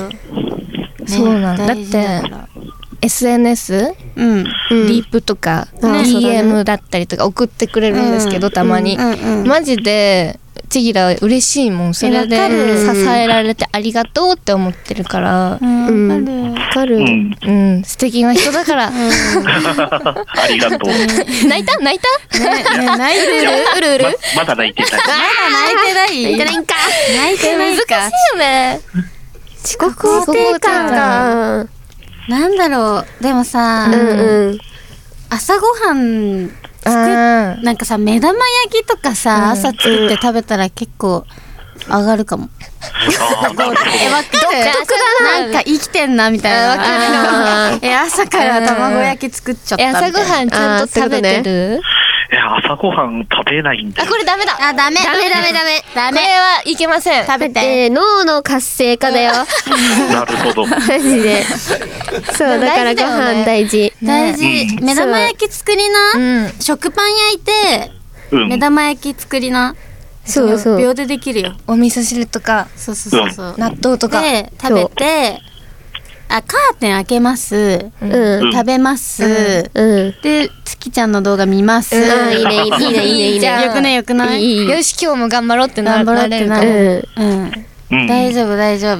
[SPEAKER 3] そうなんだ
[SPEAKER 1] 大事から
[SPEAKER 3] SNS
[SPEAKER 1] うん。
[SPEAKER 2] うん
[SPEAKER 3] リップとか、
[SPEAKER 2] ね
[SPEAKER 3] DM だったりとか送ってくれるんですけど、たまに、
[SPEAKER 1] うんうん
[SPEAKER 3] マジでちぎら嬉しいもんそれで
[SPEAKER 1] えわかる
[SPEAKER 3] 支えられてありがとうって思ってるから
[SPEAKER 1] うん。わかる。
[SPEAKER 2] わかる、
[SPEAKER 4] うん。
[SPEAKER 3] うん素敵な人だから、
[SPEAKER 4] ありがとう。
[SPEAKER 3] 泣いた泣いた
[SPEAKER 1] ね、ね、泣いてる
[SPEAKER 2] うるうる
[SPEAKER 4] ままだ泣いてない。
[SPEAKER 1] 泣いてない泣いてないんか泣いてないか。
[SPEAKER 3] よね
[SPEAKER 1] 遅刻肯定感が。
[SPEAKER 2] あ
[SPEAKER 1] なんだろう。でもさ、
[SPEAKER 2] ーうんうん
[SPEAKER 1] 朝ごはん、
[SPEAKER 3] うん
[SPEAKER 1] なんかさ、目玉焼きとかさ、朝作って食べたら結構上がるかも。
[SPEAKER 4] あーなるほど
[SPEAKER 1] え、わかるなんか生きてんな、みたいな。 え、朝から卵焼き作っちゃったみ
[SPEAKER 3] え
[SPEAKER 1] たいな。
[SPEAKER 3] 朝ごはんちゃんと食べてる
[SPEAKER 4] え朝ごはん食べないんで
[SPEAKER 3] あ,、
[SPEAKER 4] す。
[SPEAKER 3] これダメだ
[SPEAKER 1] あ、ダメ。ダメダメダメ。ダ
[SPEAKER 3] これ
[SPEAKER 1] メ。
[SPEAKER 3] はいけません
[SPEAKER 1] 食べて。
[SPEAKER 2] で脳の活性化だよ
[SPEAKER 4] なるほど。
[SPEAKER 2] マジでそうだか
[SPEAKER 3] 大
[SPEAKER 2] ら
[SPEAKER 3] 事だ
[SPEAKER 2] ご
[SPEAKER 3] よね
[SPEAKER 2] 飯大事
[SPEAKER 1] 大事。目玉焼き作りな
[SPEAKER 3] う。
[SPEAKER 1] 食パン焼いて、
[SPEAKER 4] うん。
[SPEAKER 1] 目玉焼き作りな。
[SPEAKER 2] そうそう
[SPEAKER 1] 秒でできるよ。
[SPEAKER 3] お味噌汁とか
[SPEAKER 1] そうそうそうそう。
[SPEAKER 3] 納豆とか
[SPEAKER 1] で、食べて、あ、カーテン開けます。
[SPEAKER 2] うん
[SPEAKER 1] 食べます。
[SPEAKER 2] うん
[SPEAKER 1] で、月ちゃんの動画見ます。
[SPEAKER 2] あーいいねいいねいいねいいねいい
[SPEAKER 3] じゃ
[SPEAKER 2] ね
[SPEAKER 3] ん
[SPEAKER 1] よくないよくない
[SPEAKER 2] いいいい
[SPEAKER 3] よし今日も頑張ろうってな
[SPEAKER 1] 頑張ろうっ
[SPEAKER 3] なれ
[SPEAKER 1] て
[SPEAKER 3] るか
[SPEAKER 1] な
[SPEAKER 3] も
[SPEAKER 1] る
[SPEAKER 2] る
[SPEAKER 1] うん。
[SPEAKER 4] うん
[SPEAKER 1] 大丈夫大丈夫。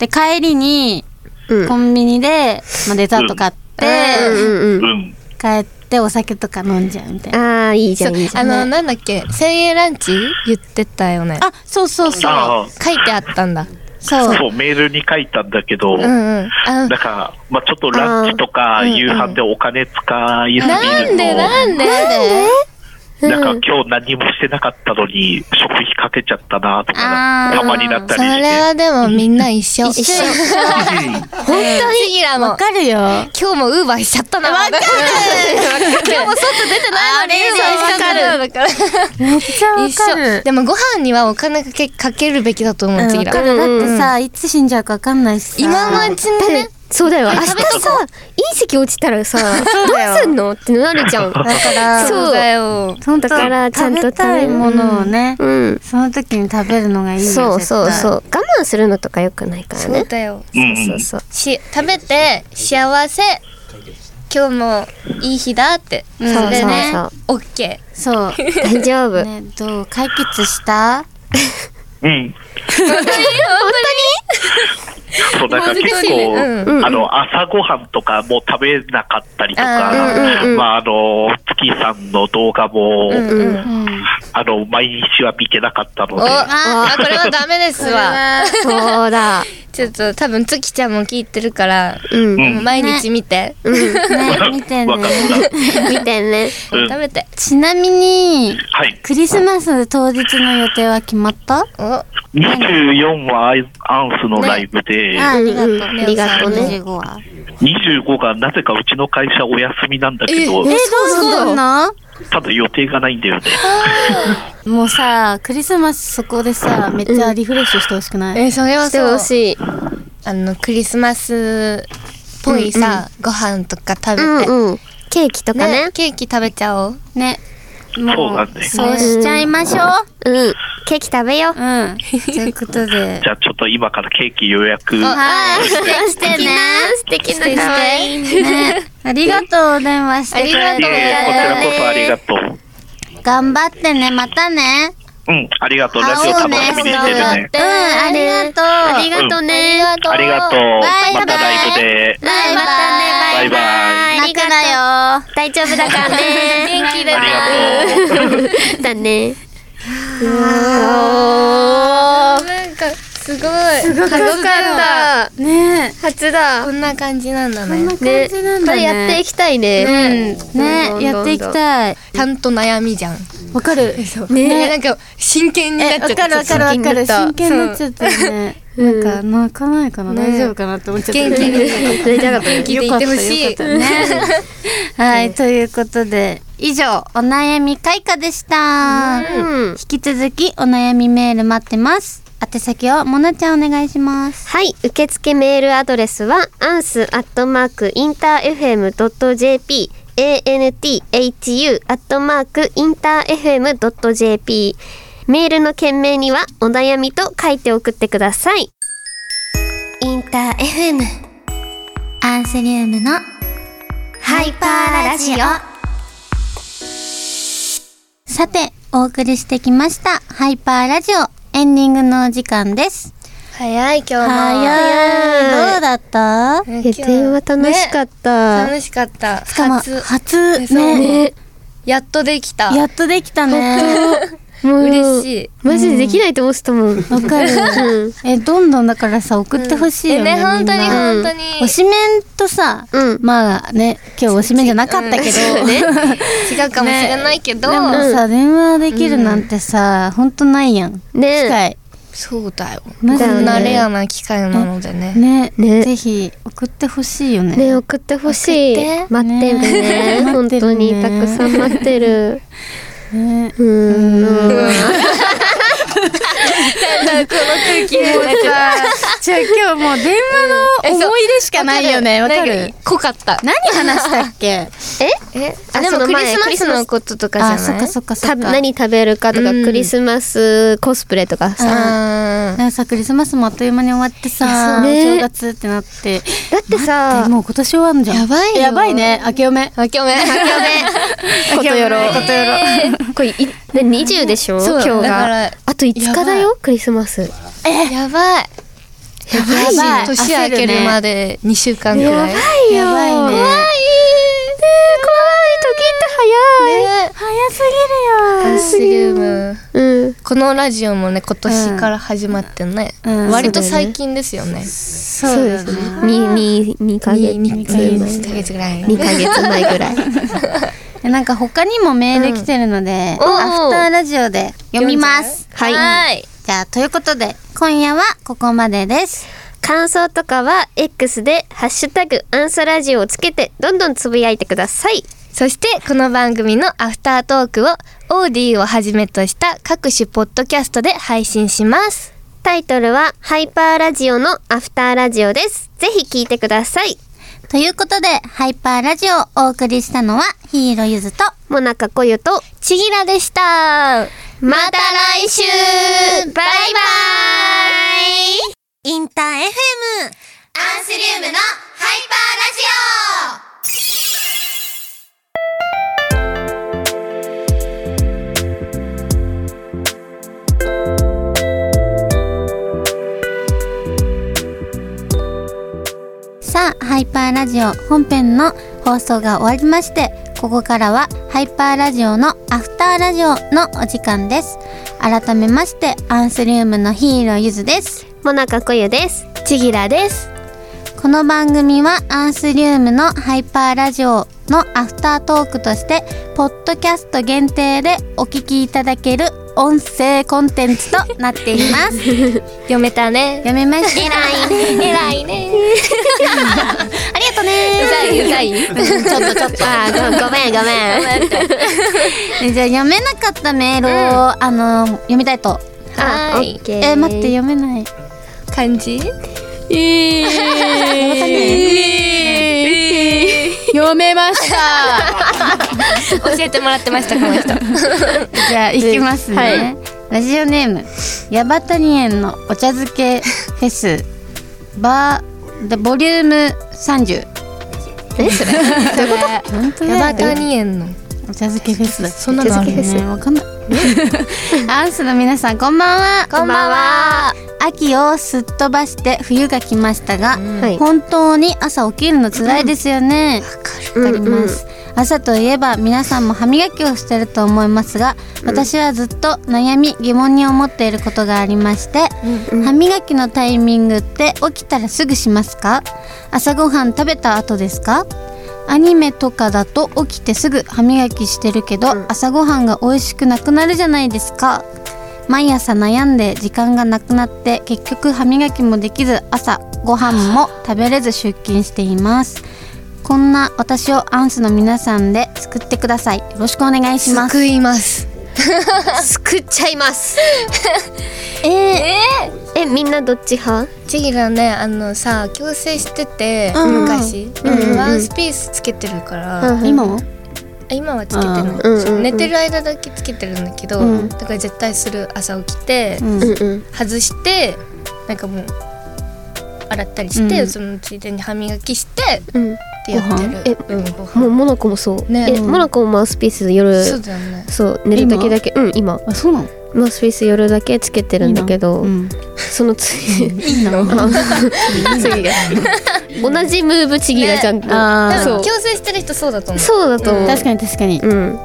[SPEAKER 1] で、帰りに、
[SPEAKER 2] うん
[SPEAKER 1] コンビニで、まあ、デザート買って、
[SPEAKER 2] うんうん
[SPEAKER 4] うん。
[SPEAKER 1] 帰ってお酒とか飲んじゃうみたいな。
[SPEAKER 2] ああいいじ
[SPEAKER 3] そ
[SPEAKER 2] ゃ
[SPEAKER 3] うん
[SPEAKER 2] いいじゃ
[SPEAKER 3] あ
[SPEAKER 2] ん
[SPEAKER 3] のなんだっけ千円ランチ言ってたよね
[SPEAKER 1] あ、そうそうそう。
[SPEAKER 4] ああ
[SPEAKER 3] 書いてあったんだそう
[SPEAKER 4] そうメールに書いたんだけど、
[SPEAKER 3] うんうんあ
[SPEAKER 4] だから、まあ、ちょっとランチとか夕飯でお金使いすぎるの、
[SPEAKER 3] なんでなんで
[SPEAKER 4] なんか今日何もしてなかったのに食費かけちゃったなとか
[SPEAKER 1] あー
[SPEAKER 4] たまになった
[SPEAKER 3] そ
[SPEAKER 4] りし
[SPEAKER 3] れ
[SPEAKER 4] て。
[SPEAKER 3] はでもみんな一緒
[SPEAKER 1] 一緒
[SPEAKER 3] 本当に次らも
[SPEAKER 1] わかるよ。わ
[SPEAKER 3] 今日もウーバーしちゃったなわかる今日も外出てないのにウーバーしちゃったな
[SPEAKER 1] か
[SPEAKER 3] 一緒でもご飯にはお金かけかけるべきだと思う次
[SPEAKER 1] わからる。だってさ、いつ死んじゃうかわかんないしさ。
[SPEAKER 3] 今のうちにね
[SPEAKER 2] そうだよ明日さ隕石落ちたらさどうすんのってなるじゃん
[SPEAKER 1] だから、
[SPEAKER 2] そう
[SPEAKER 3] だよ
[SPEAKER 1] 本当
[SPEAKER 2] だからちゃんと
[SPEAKER 1] 食べたいものをね、
[SPEAKER 2] うん
[SPEAKER 1] その時に食べるのがいいよ
[SPEAKER 2] そうそうそう
[SPEAKER 1] う。
[SPEAKER 2] 我慢するのとかよくないから
[SPEAKER 3] そう
[SPEAKER 2] ね
[SPEAKER 3] だよ
[SPEAKER 4] うん
[SPEAKER 2] そうそう
[SPEAKER 3] し食べて幸せ今日もいい日だってそ
[SPEAKER 1] ん
[SPEAKER 3] れでね
[SPEAKER 2] そう
[SPEAKER 3] オッケー
[SPEAKER 1] そう。
[SPEAKER 2] 大丈夫
[SPEAKER 1] ね、どう解決した
[SPEAKER 4] うん。そうだか
[SPEAKER 3] 難し
[SPEAKER 4] ら
[SPEAKER 3] いね
[SPEAKER 4] 結構、
[SPEAKER 2] うんうん
[SPEAKER 4] あの朝ごはんとかもう食べなかったりと
[SPEAKER 2] あ
[SPEAKER 4] か、
[SPEAKER 2] ーうんうんうん
[SPEAKER 4] まああの月さんの動画も、
[SPEAKER 1] うん。
[SPEAKER 4] あの毎日は見てなかったの
[SPEAKER 3] お
[SPEAKER 4] で、
[SPEAKER 3] あこれはダメですわ
[SPEAKER 2] そうだ
[SPEAKER 3] ちょっと多分月ちゃんも聞いてるから
[SPEAKER 2] うん
[SPEAKER 4] うん
[SPEAKER 3] もう毎日見て
[SPEAKER 1] ね、見て
[SPEAKER 4] わかった
[SPEAKER 1] ね。。
[SPEAKER 2] 見てね
[SPEAKER 4] うん
[SPEAKER 3] 食べて
[SPEAKER 1] ちなみに、
[SPEAKER 4] はい。
[SPEAKER 1] クリスマス当日の予定は決まった
[SPEAKER 3] お
[SPEAKER 4] 24はアイアンスのライブで、
[SPEAKER 1] あありがとう。
[SPEAKER 2] うんありがとうね
[SPEAKER 1] 25は。
[SPEAKER 4] 25がなぜかうちの会社お休みなんだけど
[SPEAKER 1] え、、どうすんの
[SPEAKER 4] ただ予定がないんだよね。
[SPEAKER 1] もうさ、クリスマスそこでさ、めっちゃリフレッシュしてほしくない
[SPEAKER 3] えそれは
[SPEAKER 2] して
[SPEAKER 3] そう
[SPEAKER 2] ほしい
[SPEAKER 3] あのクリスマスっぽいさ、ご飯とか食べ
[SPEAKER 2] う
[SPEAKER 3] て、
[SPEAKER 2] んうんケーキとかね
[SPEAKER 3] ケーキ食べちゃおう
[SPEAKER 1] ね。
[SPEAKER 4] そう
[SPEAKER 1] も
[SPEAKER 4] だ
[SPEAKER 1] う
[SPEAKER 4] ね、
[SPEAKER 1] そうしちゃいましょう。
[SPEAKER 2] うんケーキ食べよ
[SPEAKER 1] う
[SPEAKER 2] う
[SPEAKER 1] ん。ということで。
[SPEAKER 4] じゃあちょっと今からケーキ予約。
[SPEAKER 1] はい。してね。
[SPEAKER 2] 素敵な可愛い
[SPEAKER 1] ね。ありがとう、お電話してくれ
[SPEAKER 4] いえいえこちら
[SPEAKER 1] て。
[SPEAKER 4] こそありがとう。
[SPEAKER 1] 頑張ってね、またね。
[SPEAKER 4] うん、ありがとう。ラジオ楽しみにしてるね。
[SPEAKER 1] うん、ありがとう。
[SPEAKER 2] ありがとうねあり
[SPEAKER 4] ありがとう。またライブで。
[SPEAKER 1] バイバイ。
[SPEAKER 2] またねバイバイ
[SPEAKER 1] 泣くなよ。
[SPEAKER 2] 大丈夫だ からね元気
[SPEAKER 4] ありがとう。
[SPEAKER 2] だね
[SPEAKER 3] なんかすごいすごか
[SPEAKER 2] だ
[SPEAKER 1] ねえ。
[SPEAKER 2] 初だ
[SPEAKER 3] こんな感じなんだ
[SPEAKER 1] こんな
[SPEAKER 3] ね
[SPEAKER 1] 感じなん
[SPEAKER 2] こ
[SPEAKER 1] だね。
[SPEAKER 2] れやっていきたいね
[SPEAKER 1] うん。ねやっていきたい。
[SPEAKER 3] ちゃんと悩みじゃん
[SPEAKER 1] わかる。
[SPEAKER 3] ねなんか真剣になっ
[SPEAKER 1] え、
[SPEAKER 3] ちゃ
[SPEAKER 1] わ
[SPEAKER 3] っ
[SPEAKER 1] かるわか
[SPEAKER 3] た
[SPEAKER 1] るわかる。真剣になっち
[SPEAKER 3] ゃ
[SPEAKER 1] ゃったよね。なんか泣かないかな、大丈夫かなって思っちゃった。
[SPEAKER 3] 元気に
[SPEAKER 2] 大丈夫だね
[SPEAKER 3] 聞いていってほしい
[SPEAKER 1] よかったよかったねはい、ということで、以上、お悩み開花でした。
[SPEAKER 2] うん
[SPEAKER 1] 引き続き、お悩みメール待ってます。宛先を、もなちゃんお願いします。
[SPEAKER 2] はい受付メールアドレスはアンスアットマークインター FM.jp anthu アットマークインター FM.jp メールの件名にはお悩みと書いて送ってくださいインター FM
[SPEAKER 1] アンセリウムの、ハイパーラジオ。さて、お送りしてきました、ハイパーラジオ、エンディングのお時間です。
[SPEAKER 3] 早い今日も
[SPEAKER 1] 早い。どうだった
[SPEAKER 3] ね
[SPEAKER 2] え電話楽しかった、
[SPEAKER 3] 楽しかった
[SPEAKER 1] しかも、
[SPEAKER 3] 初
[SPEAKER 1] 初、
[SPEAKER 3] そう
[SPEAKER 1] ね。
[SPEAKER 3] やっとできた
[SPEAKER 1] やっとできたね。
[SPEAKER 2] もう
[SPEAKER 3] 嬉しい
[SPEAKER 2] マジでできないと思ってたもん、
[SPEAKER 1] わか る。
[SPEAKER 2] うん
[SPEAKER 1] えどんどんだからさ送ってほしいよね,、
[SPEAKER 3] えね本当に本当に
[SPEAKER 1] 推しメンとさ、
[SPEAKER 2] うん
[SPEAKER 1] まあね今日推しメンじゃなかったけど、
[SPEAKER 3] うんね違うかもしれないけど
[SPEAKER 1] でもさ電話できるなんてさ、ほんとないやん機
[SPEAKER 2] ね
[SPEAKER 1] 会
[SPEAKER 3] そうだよこ
[SPEAKER 1] マジで
[SPEAKER 3] んなレアな機会なのでね
[SPEAKER 1] ね
[SPEAKER 2] ね
[SPEAKER 1] ぜひ送ってほしいよね
[SPEAKER 2] ね送ってほしい
[SPEAKER 3] 送って
[SPEAKER 2] 待ってるね
[SPEAKER 1] ね
[SPEAKER 2] 本当に
[SPEAKER 1] 待ってるね
[SPEAKER 2] たくさん待ってる
[SPEAKER 1] ね
[SPEAKER 2] うーん
[SPEAKER 1] じゃあ今日もう電話の思い出しかないよねわかる
[SPEAKER 3] 濃かった
[SPEAKER 1] 何話したっけ
[SPEAKER 2] え
[SPEAKER 3] え
[SPEAKER 2] あ
[SPEAKER 3] あ
[SPEAKER 2] で
[SPEAKER 3] で
[SPEAKER 2] も
[SPEAKER 3] も
[SPEAKER 2] ク
[SPEAKER 3] ク
[SPEAKER 2] リ
[SPEAKER 3] リ
[SPEAKER 2] ス
[SPEAKER 3] スマ
[SPEAKER 2] マス
[SPEAKER 3] スのこととかじゃな
[SPEAKER 1] あ
[SPEAKER 3] い
[SPEAKER 1] そっかそっかそ
[SPEAKER 2] た
[SPEAKER 1] っか
[SPEAKER 2] 何食べるかとか、
[SPEAKER 3] うん
[SPEAKER 2] クリスマスコスプレとかさ、
[SPEAKER 3] うん
[SPEAKER 1] なんかさクリスマスもあっという間に終わってさ、
[SPEAKER 2] いやそうね
[SPEAKER 1] お正月ってなって
[SPEAKER 2] だって
[SPEAKER 1] で
[SPEAKER 2] さ
[SPEAKER 1] もう今年終わんじゃん
[SPEAKER 3] やばいよ
[SPEAKER 1] やばいね明けおめ
[SPEAKER 3] あ、今日
[SPEAKER 1] ことよろ
[SPEAKER 3] ことよろ
[SPEAKER 2] これいね20でしょ
[SPEAKER 3] そう
[SPEAKER 2] 今日
[SPEAKER 3] だか
[SPEAKER 2] が
[SPEAKER 3] ら
[SPEAKER 2] あと5日だ
[SPEAKER 3] や
[SPEAKER 2] よクリスマス
[SPEAKER 3] め。やばい。
[SPEAKER 2] やばい
[SPEAKER 1] ばい
[SPEAKER 3] 年明けるまで二週間くらい。ね
[SPEAKER 1] やばいね
[SPEAKER 2] 怖い時って
[SPEAKER 3] 早すぎるよ。アンスリウム。
[SPEAKER 2] 早いうん
[SPEAKER 3] ここのラジオもね今年から始まってね、
[SPEAKER 1] うん
[SPEAKER 3] 割と最近ですよね。
[SPEAKER 1] そう
[SPEAKER 2] そう
[SPEAKER 1] だ
[SPEAKER 2] で
[SPEAKER 1] よ
[SPEAKER 2] す
[SPEAKER 1] ね
[SPEAKER 2] ね。二二二ヶ月
[SPEAKER 3] 2ヶ月ヶ月ぐらい。
[SPEAKER 2] 二ヶ月前ぐらい。
[SPEAKER 1] えなんか他にもメール来てるので、
[SPEAKER 2] うんおー
[SPEAKER 1] アフターラジオで読みます。。
[SPEAKER 2] 読んじゃうはい
[SPEAKER 1] じゃあ、ということで、今夜はここまでです。
[SPEAKER 2] 感想とかは X でハッシュタグアンスラジオをつけてどんどんつぶやいてください。
[SPEAKER 3] そしてこの番組のアフタートークをオーディをはじめとした各種ポッドキャストで配信します。
[SPEAKER 2] タイトルはハイパーラジオのアフターラジオです。ぜひ聞いてください。
[SPEAKER 1] ということで、ハイパーラジオをお送りしたのは、ヒーローゆずと、
[SPEAKER 2] もなかこゆと
[SPEAKER 3] ちぎらでした。
[SPEAKER 2] また来週バイバイ
[SPEAKER 1] インター FM!
[SPEAKER 5] アンスリウムのハイパーラジオ
[SPEAKER 1] さあ、ハイパーラジオ本編の放送が終わりまして、ここからはハイパーラジオのアフターラジオのお時間です。改めまして、アンスリウムのヒーローゆずです。
[SPEAKER 2] もなかこゆです。
[SPEAKER 3] ちぎらです。
[SPEAKER 1] この番組はアンスリウムのハイパーラジオのアフタートークとしてポッドキャスト限定でお聞きいただける音声コンテンツとなっています
[SPEAKER 3] 読めたね。
[SPEAKER 1] 読めました
[SPEAKER 3] えらいね。
[SPEAKER 1] ありがとうね
[SPEAKER 3] うざい。うざい。
[SPEAKER 2] ちょっとちょっ と。あーごごめんごめん。
[SPEAKER 1] ねじゃあ読めなかったメールを、あの読みたいと
[SPEAKER 2] あ
[SPEAKER 3] は
[SPEAKER 2] オ
[SPEAKER 3] い
[SPEAKER 2] ッケー。
[SPEAKER 1] えー、待って読めない
[SPEAKER 3] 感じ。
[SPEAKER 1] 読めました
[SPEAKER 3] 教えてもらってましたこの人。
[SPEAKER 1] じゃあ行きますね、
[SPEAKER 2] は
[SPEAKER 1] ラ
[SPEAKER 2] い
[SPEAKER 1] ジオネームヤバタニ園のお茶漬けフェスバーでボリューム30
[SPEAKER 2] えそれ。
[SPEAKER 1] 本当
[SPEAKER 3] ヤバタニエンの。
[SPEAKER 1] お茶漬けフェスだ
[SPEAKER 3] そんなのある
[SPEAKER 1] ねわかんないアンスの皆さんこんばんは
[SPEAKER 2] こんばんは。
[SPEAKER 1] 秋をすっ飛ばして冬が来ましたが、
[SPEAKER 2] はい
[SPEAKER 1] 本当に朝起きるの辛いですよねわ、かります、朝といえば皆さんも歯磨きをしてると思いますが、私はずっと悩み疑問に思っていることがありまして、歯磨きのタイミングって起きたらすぐしますか朝ごはん食べた後ですかアニメとかだと起きてすぐ歯磨きしてるけど、朝ごはんが美味しくなくなるじゃないですか毎朝悩んで時間がなくなって結局歯磨きもできず朝ご飯も食べれず出勤していますこんな私をアンスの皆さんで作ってくださいよろしくお願いします
[SPEAKER 3] 救います。
[SPEAKER 2] 作っちゃいます。
[SPEAKER 1] えー、
[SPEAKER 2] えみんなどっち派？
[SPEAKER 3] ちぎらねあのさ矯正してて、
[SPEAKER 1] うん
[SPEAKER 3] 昔、
[SPEAKER 2] うん
[SPEAKER 3] ワンスピースつけてるから。
[SPEAKER 2] うん
[SPEAKER 1] 今も
[SPEAKER 3] 今はつけてない、
[SPEAKER 2] うんうんうん
[SPEAKER 3] 寝てる間だけつけてるんだけど、
[SPEAKER 1] うん
[SPEAKER 3] だから絶対する朝起きて、
[SPEAKER 1] うん
[SPEAKER 2] うんうん。
[SPEAKER 3] 外してなんかもう洗ったりして、
[SPEAKER 1] うん
[SPEAKER 3] そのついでに歯磨きして
[SPEAKER 2] うん。
[SPEAKER 3] ってやってるえ、うん、ご
[SPEAKER 2] もう
[SPEAKER 3] 飯
[SPEAKER 2] モナコもそう。
[SPEAKER 3] ね
[SPEAKER 2] えモナコもマウスピース夜
[SPEAKER 3] そうだよね
[SPEAKER 2] そう寝る時だけうん今
[SPEAKER 1] あそうなの
[SPEAKER 2] マウスピース夜だけつけてるんだけど
[SPEAKER 1] うん、
[SPEAKER 2] その次
[SPEAKER 1] いいの
[SPEAKER 2] 次が同じムーブちぎらちゃんと
[SPEAKER 1] あー
[SPEAKER 3] 多
[SPEAKER 2] そ
[SPEAKER 3] 分
[SPEAKER 2] う
[SPEAKER 3] 矯正してる人そうだと思う
[SPEAKER 2] そうだと思う
[SPEAKER 1] 確かに確かに、
[SPEAKER 2] うん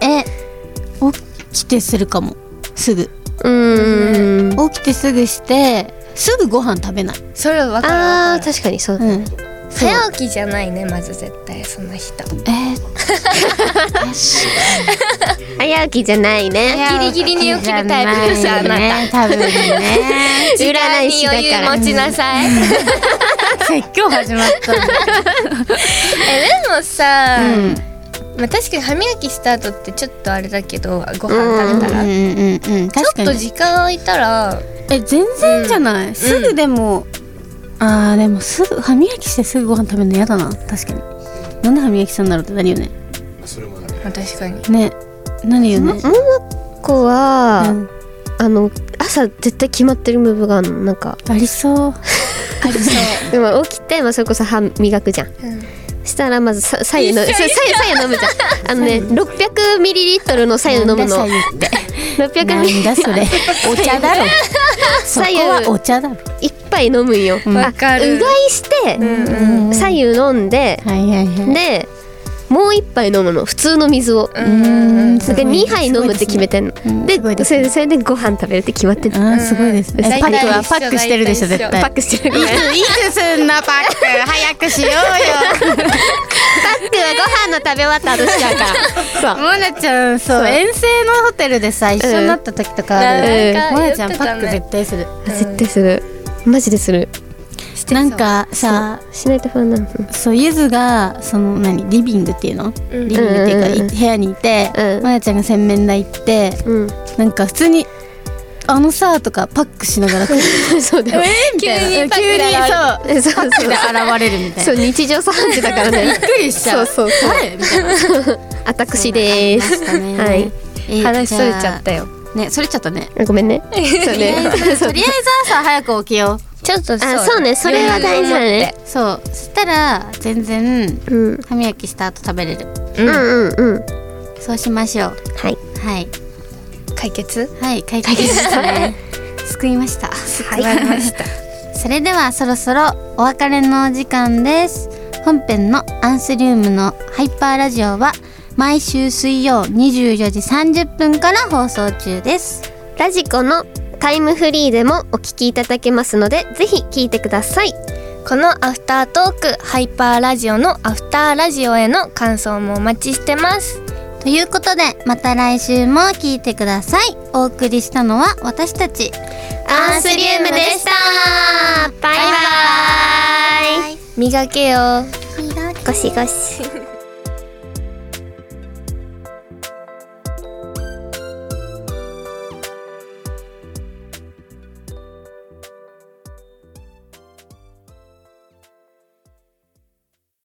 [SPEAKER 1] え起きてするかもすぐ
[SPEAKER 2] うん
[SPEAKER 1] 起きてすぐしてすぐご飯食べない、
[SPEAKER 3] それは分かる分
[SPEAKER 2] あー
[SPEAKER 3] かる
[SPEAKER 2] 確かにそう
[SPEAKER 1] う
[SPEAKER 2] だ
[SPEAKER 1] ん、そう
[SPEAKER 3] 早起きじゃないねまず絶対その人
[SPEAKER 1] えー
[SPEAKER 2] 早起きじゃないね
[SPEAKER 3] ギリギリに起きるタイプですあなた
[SPEAKER 1] た。多分ね。
[SPEAKER 2] 占い師だ
[SPEAKER 3] 時間に
[SPEAKER 2] から
[SPEAKER 3] 余裕持ちなさい
[SPEAKER 1] 説教始まった。
[SPEAKER 3] えでもさ、
[SPEAKER 1] うん
[SPEAKER 3] まあ、確かに歯磨きした後ってちょっとあれだけどご飯食べたら、
[SPEAKER 1] うんうんうんうん。確
[SPEAKER 3] ちょ
[SPEAKER 1] か
[SPEAKER 3] っと
[SPEAKER 1] に。
[SPEAKER 3] 時間空いたら
[SPEAKER 1] え全然じゃない。すぐでも。あーでもすぐ歯磨きしてすぐご飯食べるの嫌だな。確かに。なんで歯磨きしたんだろうってなるよね。
[SPEAKER 3] まあ確かに
[SPEAKER 1] ね。なるよね。
[SPEAKER 2] 子は、
[SPEAKER 1] うん
[SPEAKER 2] あの朝絶対決まってるムーブがあるのなんか
[SPEAKER 1] ありそう。
[SPEAKER 2] でも起きて、まあ、それこそ歯磨くじゃん、したらまずさ左右のそう左右左右飲むじゃんあのね600ミリリットルの左右飲む
[SPEAKER 1] な
[SPEAKER 2] の
[SPEAKER 1] んだ左右って。
[SPEAKER 2] 600
[SPEAKER 1] な
[SPEAKER 2] ミリ
[SPEAKER 1] んだそれ。お茶だろ。そこ
[SPEAKER 2] 左右
[SPEAKER 1] はお茶だろ。
[SPEAKER 2] 一杯飲むんよ、あ
[SPEAKER 3] わかる
[SPEAKER 2] うがいして、
[SPEAKER 3] うん
[SPEAKER 2] 左右飲んで、
[SPEAKER 1] はいはいはい。
[SPEAKER 2] でもう一杯飲むの普通の水を
[SPEAKER 1] うんすご
[SPEAKER 2] で
[SPEAKER 1] い
[SPEAKER 2] 2杯飲むって決めてんの
[SPEAKER 1] ん
[SPEAKER 2] です
[SPEAKER 1] ごいです
[SPEAKER 2] それでそれでご飯食べるって決まってんの
[SPEAKER 1] うんすごいですね
[SPEAKER 2] うん
[SPEAKER 1] えパックはパックしてるでしょ絶
[SPEAKER 2] パ
[SPEAKER 1] 対
[SPEAKER 2] ックしてる
[SPEAKER 1] い
[SPEAKER 2] ごめんパッ
[SPEAKER 1] ついつすんなパック早く しようよ
[SPEAKER 2] クはご飯の食べ終わった後しちゃうからそう
[SPEAKER 1] モナちゃんそう遠征のホテルでさ一緒になった時とかあ
[SPEAKER 2] うん
[SPEAKER 1] る
[SPEAKER 3] なん
[SPEAKER 1] モ
[SPEAKER 3] か
[SPEAKER 1] ナちゃん
[SPEAKER 3] 言って
[SPEAKER 1] パ
[SPEAKER 3] たね
[SPEAKER 1] ック絶対する
[SPEAKER 2] 絶対するマジでする
[SPEAKER 1] なんかさ
[SPEAKER 2] しないと不安なのうん
[SPEAKER 1] そうゆずがその何リビングっていうの、
[SPEAKER 3] うん
[SPEAKER 1] リビングっていうか、
[SPEAKER 2] うんうんうん
[SPEAKER 1] い部屋にいて、
[SPEAKER 2] うん
[SPEAKER 1] まやちゃんが洗面台行って
[SPEAKER 2] うん
[SPEAKER 1] なんか普通に「あのさ」とかパックしながら来る
[SPEAKER 2] そうだ
[SPEAKER 1] え
[SPEAKER 2] よ
[SPEAKER 1] ーみたいな急にそう
[SPEAKER 2] えそうそう
[SPEAKER 1] 現れるみたい
[SPEAKER 2] そ
[SPEAKER 1] な
[SPEAKER 2] う日常茶飯事だから ね
[SPEAKER 1] びっくりしちゃう
[SPEAKER 2] そうそう
[SPEAKER 1] そう
[SPEAKER 2] 私でーすはい
[SPEAKER 1] い
[SPEAKER 3] 話それちゃったよ
[SPEAKER 1] たねそれちゃったね
[SPEAKER 2] ごめんねそうね
[SPEAKER 1] とりあえず朝早く起きよう
[SPEAKER 3] ちょっと
[SPEAKER 2] あそうねそれは大事だね
[SPEAKER 1] そうそしたら全然
[SPEAKER 2] うん
[SPEAKER 1] 歯磨きした後食べれる
[SPEAKER 2] うんうんうん
[SPEAKER 1] そうしましょう
[SPEAKER 2] はい
[SPEAKER 1] はい
[SPEAKER 3] 解決
[SPEAKER 1] はい解決したね救いました
[SPEAKER 3] わかりました
[SPEAKER 1] それではそろそろお別れのお時間です本編のアンスリウムのハイパーラジオは毎週水曜24時30分から放送中です
[SPEAKER 2] ラジコのタイムフリーでもお聞きいただけますのでぜひ聞いてください
[SPEAKER 3] このアフタートークハイパーラジオのアフターラジオへの感想もお待ちしてます
[SPEAKER 1] ということでまた来週も聞いてくださいお送りしたのは私たち
[SPEAKER 2] アンスリウムでしたバイバイ
[SPEAKER 3] 磨けよ
[SPEAKER 2] ゴシゴシ